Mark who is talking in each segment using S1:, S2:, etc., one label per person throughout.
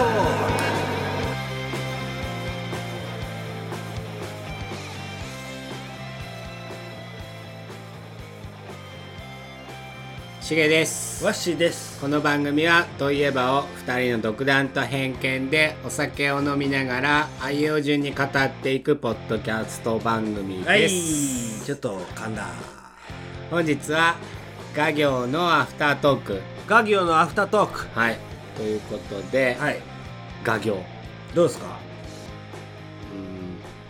S1: ト
S2: しげです
S1: ワッシーです
S2: この番組は「といえば」を2人の独断と偏見でお酒を飲みながら愛用順に語っていくポッドキャスト番組
S1: はい
S2: です、
S1: ちょっと噛んだ
S2: 本日は「画業のアフタートーク
S1: ガギオのアフタートー」
S2: はいということで、
S1: クはい
S2: 画業
S1: どうですか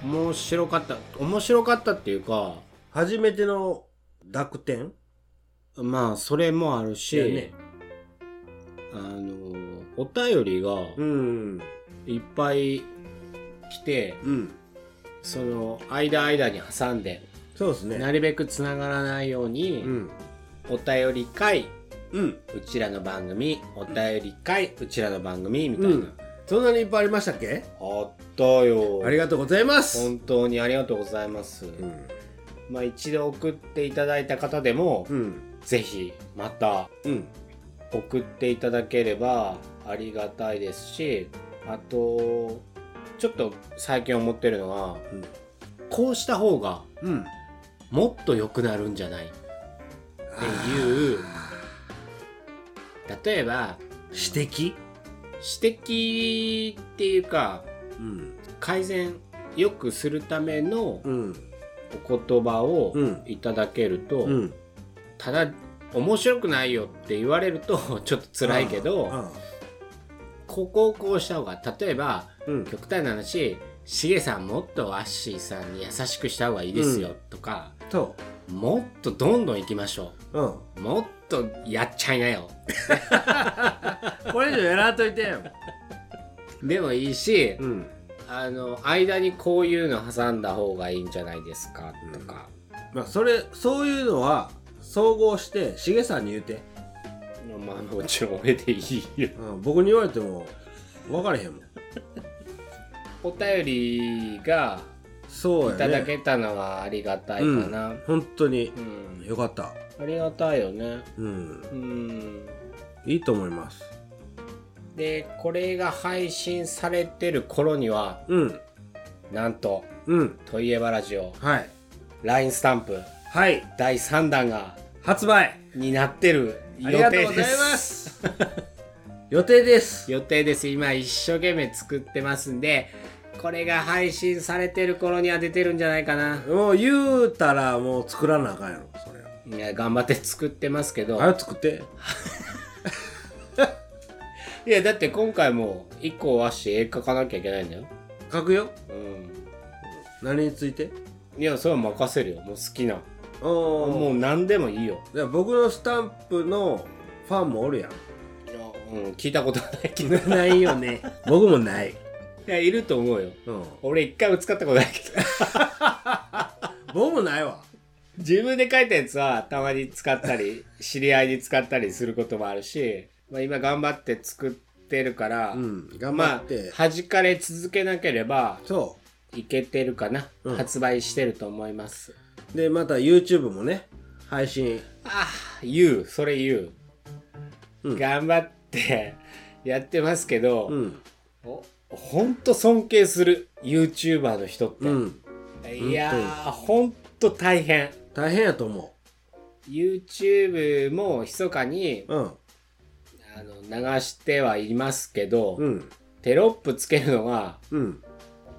S2: うん面白かった面白かったっていうか
S1: 初めての濁点
S2: まあそれもあるし、
S1: やね
S2: あのお便りが
S1: うん
S2: いっぱい来て、
S1: うん
S2: その間間に挟んで
S1: そうですね
S2: なるべくつながらないように、
S1: うん
S2: お便り会
S1: うん
S2: うちらの番組お便り会うちらの番組みた
S1: う
S2: いな、
S1: んそんなにいっぱいありましたっけ
S2: あったよ
S1: ありがとうございます
S2: 本当にありがとうございます、
S1: うん
S2: まあ一度送っていただいた方でも、
S1: うん
S2: ぜひまた
S1: うん
S2: 送っていただければありがたいですしあとちょっと最近思ってるのは
S1: うん
S2: こうした方が
S1: うん
S2: もっと良くなるんじゃないっていう例えば
S1: 指摘
S2: 指摘っていうか
S1: うん
S2: 改善よくするための
S1: うん
S2: お言葉を
S1: うん
S2: いただけると、
S1: うん
S2: ただ面白くないよって言われると ちょっと辛いけど、ここをこうした方が例えば
S1: うん
S2: 極端な話しげさんもっとワッシーさんに優しくした方がいいですよとか、
S1: そ
S2: もっとどんどん行きましょ
S1: ううん
S2: うもっとやっちゃいなよ
S1: これ以上やらんといてよ
S2: でもいいし、
S1: うん
S2: あの間にこういうの挟んだ方がいいんじゃないですかとか、
S1: まあそれそういうのは総合してしげさんに言うて、
S2: まあもちろん俺でいいよ
S1: うん、僕に言われても分からへんもん
S2: お便りが
S1: そう
S2: い
S1: やね
S2: ただけたのはありがたいかな、うん
S1: 本当によかった
S2: ありがたいよね
S1: うん
S2: うん
S1: いいと思います
S2: でこれが配信されてる頃には
S1: うん
S2: なんと
S1: うん
S2: 「といえばラジオ
S1: はい」
S2: LINE スタンプ
S1: はい
S2: 第3弾が
S1: 発売
S2: になってる予
S1: ありがとう
S2: 定
S1: ご
S2: で
S1: ざいますす予定です
S2: 予定です今一生懸命作ってますんでこれが配信されてる頃には出てるんじゃないかな
S1: もう言うたらもう作らなあかんやろそれ
S2: いや頑張って作ってますけど
S1: はあれ作って
S2: いやだって今回も1個はし絵描かなきゃいけないんだよ
S1: 書くよ
S2: うん
S1: 何について
S2: いやそれは任せるよもう好きな
S1: お
S2: もう何でもいいよ
S1: う僕のスタンプのファンもおるやん
S2: いやうん聞いたことはないけど い
S1: ないよね僕もない、
S2: やいると思うよ
S1: うん、
S2: 俺一回も使ったことないけど
S1: 僕もないわ
S2: 自分で描いたやつはたまに使ったり知り合いに使ったりすることもあるし、まあ、今頑張って作ってるから、
S1: うん頑張
S2: まあ
S1: って、
S2: 弾かれ続けなければ
S1: そ
S2: いけてるかな、
S1: うん
S2: 発売してると思います
S1: うでまた YouTube もね配信
S2: ああ言うそれ言う、
S1: うん
S2: 頑張ってやってますけど、
S1: うん
S2: おほんと尊敬する YouTuber の人って、
S1: うん
S2: いやーほんと大変
S1: 大変やと思
S2: YouTube も密かに
S1: ううん
S2: あの流してはいますけど、
S1: うん
S2: テロップつけるのが
S1: うん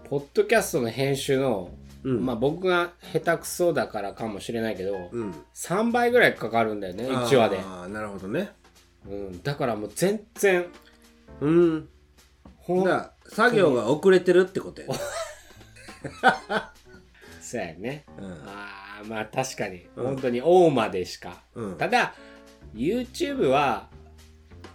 S2: ポッドキャストの編集の
S1: うん
S2: まあ僕が下手くそだからかもしれないけど、
S1: うん
S2: 3倍ぐらいかかるんだよね1話で、
S1: ああなるほどね
S2: うん、だからもう全然
S1: うん
S2: ほん
S1: だから作業が遅れてるってことや、
S2: そうやね
S1: うん
S2: あーまあ確かに、
S1: うん
S2: 本当に「王までしか、
S1: うん
S2: ただ YouTube は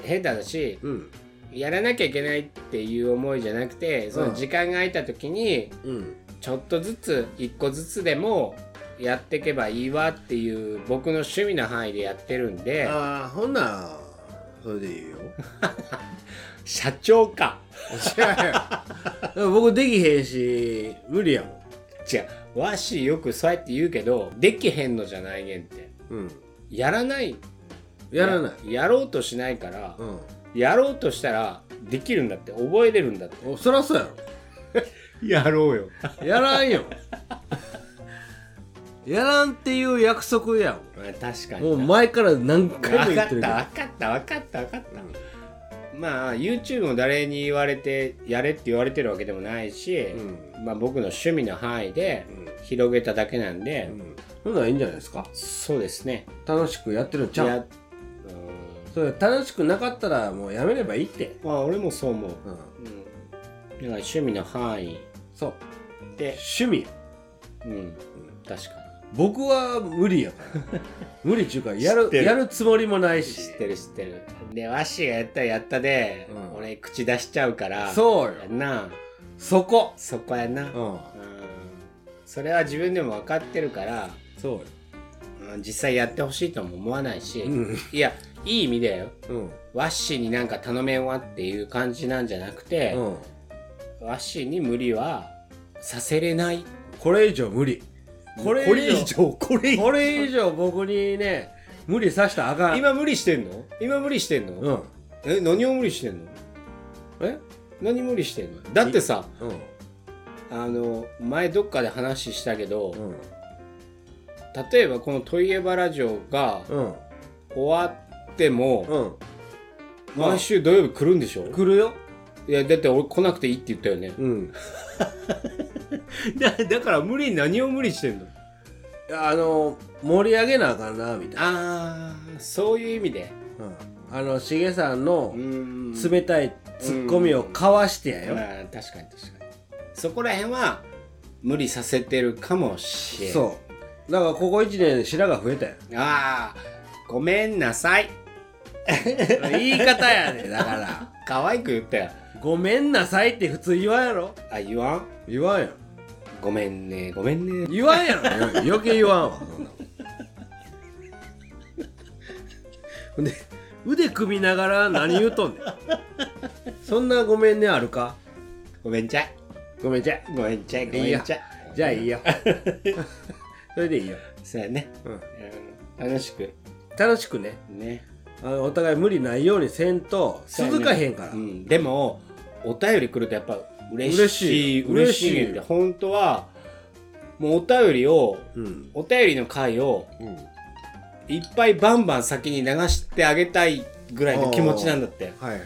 S2: 変だし
S1: うん
S2: やらなきゃいけないっていう思いじゃなくてその時間が空いた時に
S1: うん
S2: ちょっとずつ一個ずつでもやっていけばいいわっていう僕の趣味の範囲でやってるんで
S1: ああほんならそれでいいよ
S2: 社長か
S1: いやいや僕できへんし無理やもん
S2: 違うわしよくそうやって言うけどできへんのじゃないねんって
S1: うん
S2: やらない
S1: やらない
S2: やろうとしないから、
S1: うん
S2: やろうとしたらできるんだって覚えれるんだって
S1: おそりゃそうや
S2: やろう よ
S1: ろやらんよやらんっていう約束や
S2: 確か
S1: ん
S2: に
S1: もう
S2: な
S1: 前から何
S2: 分
S1: 回も
S2: か
S1: 言っ
S2: っ
S1: たてるけど
S2: 分かった分かった分かったまあ YouTube も誰に言われてやれって言われてるわけでもないし、
S1: う
S2: まあ、僕の趣味の範囲で広げただけなんで、
S1: うんそんなんいいんじゃないですか
S2: そうですね
S1: 楽しくやってるんちゃ
S2: や
S1: うそれ楽しくなかったらもうやめればいいって
S2: まあ俺もそう思う、
S1: うん
S2: うん、だから趣味の範囲
S1: そう
S2: で
S1: 趣味
S2: うん、確か
S1: 僕は無理や から無理っていうかや
S2: 知っ
S1: る
S2: てる
S1: やるつもりもない
S2: に知
S1: し
S2: ってる知ってるでわしがやったらやったで、
S1: うん
S2: 俺口出しちゃうから
S1: そうよ
S2: やんな
S1: そこ
S2: そこやな、
S1: う
S2: うん
S1: ん
S2: それは自分でも分かってるから、
S1: そうよ
S2: うん実際やってほしいとも思わないし、
S1: うん
S2: いやいい意味だよ
S1: うん
S2: ワッシーになんか頼めんわっていう感じなんじゃなくて、
S1: うん
S2: ワッシーに無理はさせれない
S1: これ以上無理これ以上
S2: これ以上
S1: これ以上僕にね無理さしたらあかん
S2: 今無理してんの今無理してんの、
S1: うん
S2: え何を無理してんの
S1: え
S2: 何無理してんのだってさ
S1: うん
S2: あの前どっかで話したけど、
S1: うん
S2: 例えばこの「トイエバラジオ」が
S1: うん
S2: 終わっても、
S1: うんまあ
S2: 毎週土曜日来るんでしょ
S1: 来るよ
S2: いやだって俺来なくていいって言ったよね
S1: うん
S2: だだから無理に何を無理してんの
S1: いやあの盛り上げなあかんなみたい
S2: あーそういう意味で
S1: な、うん、あのしげさんの
S2: ん
S1: 冷たいツッコミをかわしてやよ、
S2: まあ確かに確かにそこら辺は無理させてるかもしれん
S1: そうだからここ1年で白が増えたよ
S2: ああごめんなさい
S1: 言い方やねだから
S2: 可愛く言ったよ
S1: ごめんなさいって普通言わんやろ
S2: あ言わん
S1: 言わんやん
S2: ごめんねごめんね
S1: 言わんやろ余計言わんわそんなもんほんで腕組みながら何言うとんねんそんなごめんねあるか
S2: ごめんちゃい
S1: ごめんじゃ
S2: ごめんちゃいご
S1: いい
S2: め
S1: よ
S2: んちゃい
S1: じゃあいいよ それでいいよ、
S2: そうやね、
S1: うん、
S2: うん、楽しく
S1: 楽しくね
S2: ね
S1: あのお互い無理ないようにせんと続かへんから、
S2: うん、でもお便り来るとやっぱ嬉しい
S1: 嬉
S2: 嬉
S1: しい
S2: しいねんで
S1: 嬉し
S2: 本当はもうお便りを
S1: うん
S2: お便りの回を
S1: うん、
S2: いっぱいバンバン先に流してあげたいぐらいの気持ちなんだって
S1: はいはいはい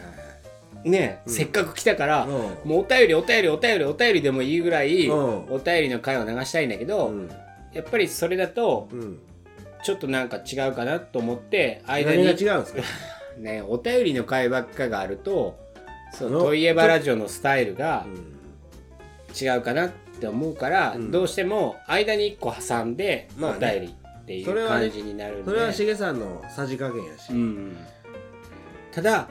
S2: ね、せっかく来たから、
S1: うん
S2: もうお便りお便りお便りお便りでもいいぐらい、
S1: うん
S2: お便りの回を流したいんだけど、
S1: うん
S2: やっぱりそれだと
S1: うん
S2: ちょっとなんか違うかなと思って間
S1: 何
S2: に
S1: が違うんですか
S2: ねお便りの回ばっかがあるとそう
S1: の
S2: トイエバラジオのスタイルが違うかなって思うから、
S1: うん
S2: どうしても間に1個挟んでお
S1: まあ
S2: 便
S1: ね
S2: りってい
S1: それ
S2: う
S1: はね
S2: 感じになるんで、
S1: それはしげさんのさじ加減やし、
S2: うん、ただ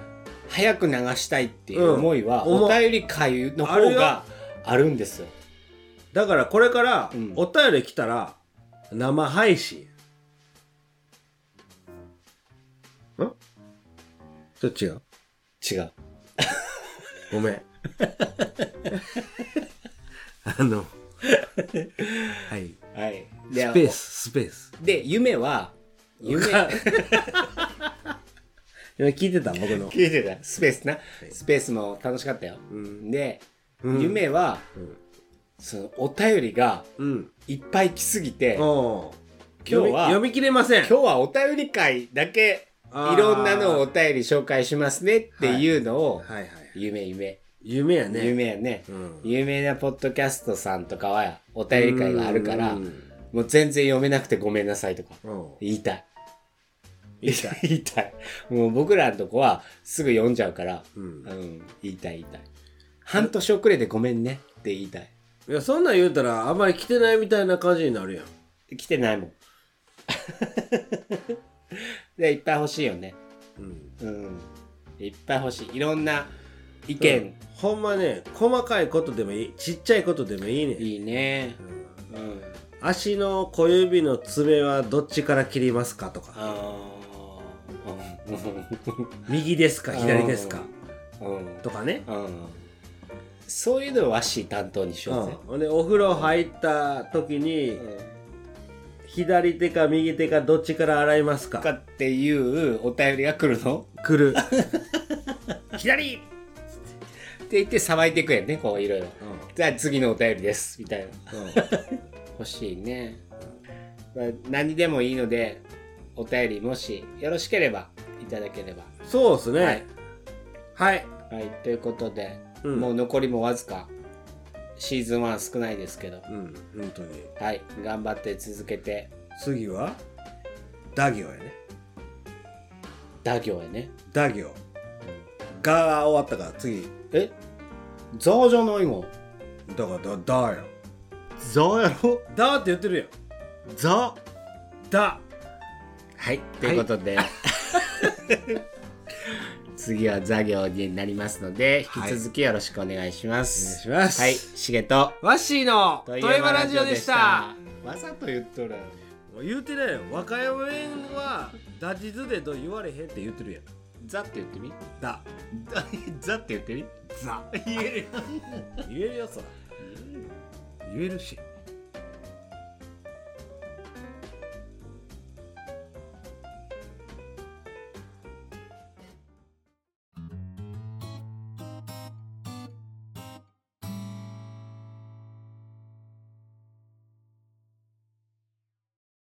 S2: 早く流したいっていう思いは、
S1: うん
S2: お便り会の
S1: ある
S2: 方
S1: よ
S2: があるんですよ。
S1: だからこれから
S2: うん
S1: お便り来たら生配信、んちょっと違う
S2: 違う。
S1: ごめ んあのはい
S2: はい。
S1: スペ
S2: で
S1: ーススペース
S2: で夢は夢
S1: 今聞いてた僕の
S2: 聞いてたスペースなスペースも楽しかったよ。
S1: うん
S2: で、
S1: うん
S2: 夢は、
S1: うん
S2: そのお便りが
S1: うん
S2: いっぱい来すぎて、今
S1: お
S2: 日は
S1: 今日は読み切れません
S2: 日はお便り会だけ
S1: あー
S2: いろんなのをお便り紹介しますねっていうのを、
S1: はいはい
S2: 夢夢
S1: 夢やね
S2: 夢やね、
S1: うん
S2: 有名なポッドキャストさんとかはお便り会があるから、
S1: うん
S2: もう全然読めなくてごめんなさいとか
S1: うん
S2: 言いたい。
S1: 言いたい
S2: 言いたい。もう僕らのとこはすぐ読んじゃうから、
S1: う
S2: うんん、言いたい言いたい。半年遅れてごめんねって言いたい。
S1: いやそんなん言うたらあんまり来てないみたいな感じになるやん
S2: 来てないも ん。で、いっぱい欲しいよね。
S1: うん
S2: うん。いっぱい欲しい。いろんな意見。
S1: ほんまね細かいことでもいいちっちゃいことでもいいねん
S2: いいね。
S1: うん
S2: うん。
S1: 足の小指の爪はどっちから切りますかとか
S2: あー
S1: 右ですか
S2: うん
S1: 左ですか
S2: うん。うん。
S1: とかね
S2: うんそういうのをワッシー担当にし
S1: うん
S2: ようぜ。
S1: ほんでお風呂入った時に左手か右手かどっちから洗います
S2: か
S1: か
S2: っていうお便りが来るの
S1: 来る 左
S2: て言ってさばいていくやんねこういろいろ
S1: うん
S2: じゃあ次のお便りですみたいな
S1: うん
S2: 欲しいね、まあ、何でもいいのでお便りもしよろしければいただければ
S1: そうですねはい、
S2: はい、ということで、
S1: うん
S2: もう残りもわずかシーズン1少ないですけど
S1: うん本当に
S2: はい頑張って続けて
S1: 次はダ行やね
S2: 打行へね
S1: ダ行がが終わったから次
S2: えザーじゃないもん
S1: だからだだやん
S2: ザーやろ
S1: だって言ってるやん
S2: ザ
S1: だ
S2: はいということで、 次はザ行になりますので引
S1: は
S2: き
S1: い
S2: 続きよろしくお願いします、
S1: ま
S2: はいしげと
S1: わっしーの
S2: 富
S1: 富山ラジオでした
S2: わざと言っとる
S1: 言うてないよ和歌山弁はダジズでと言われへんって言ってるやん
S2: ザって言ってみ
S1: だ
S2: ザって言ってみ
S1: ザ
S2: 言える
S1: 言えるよそら言えるし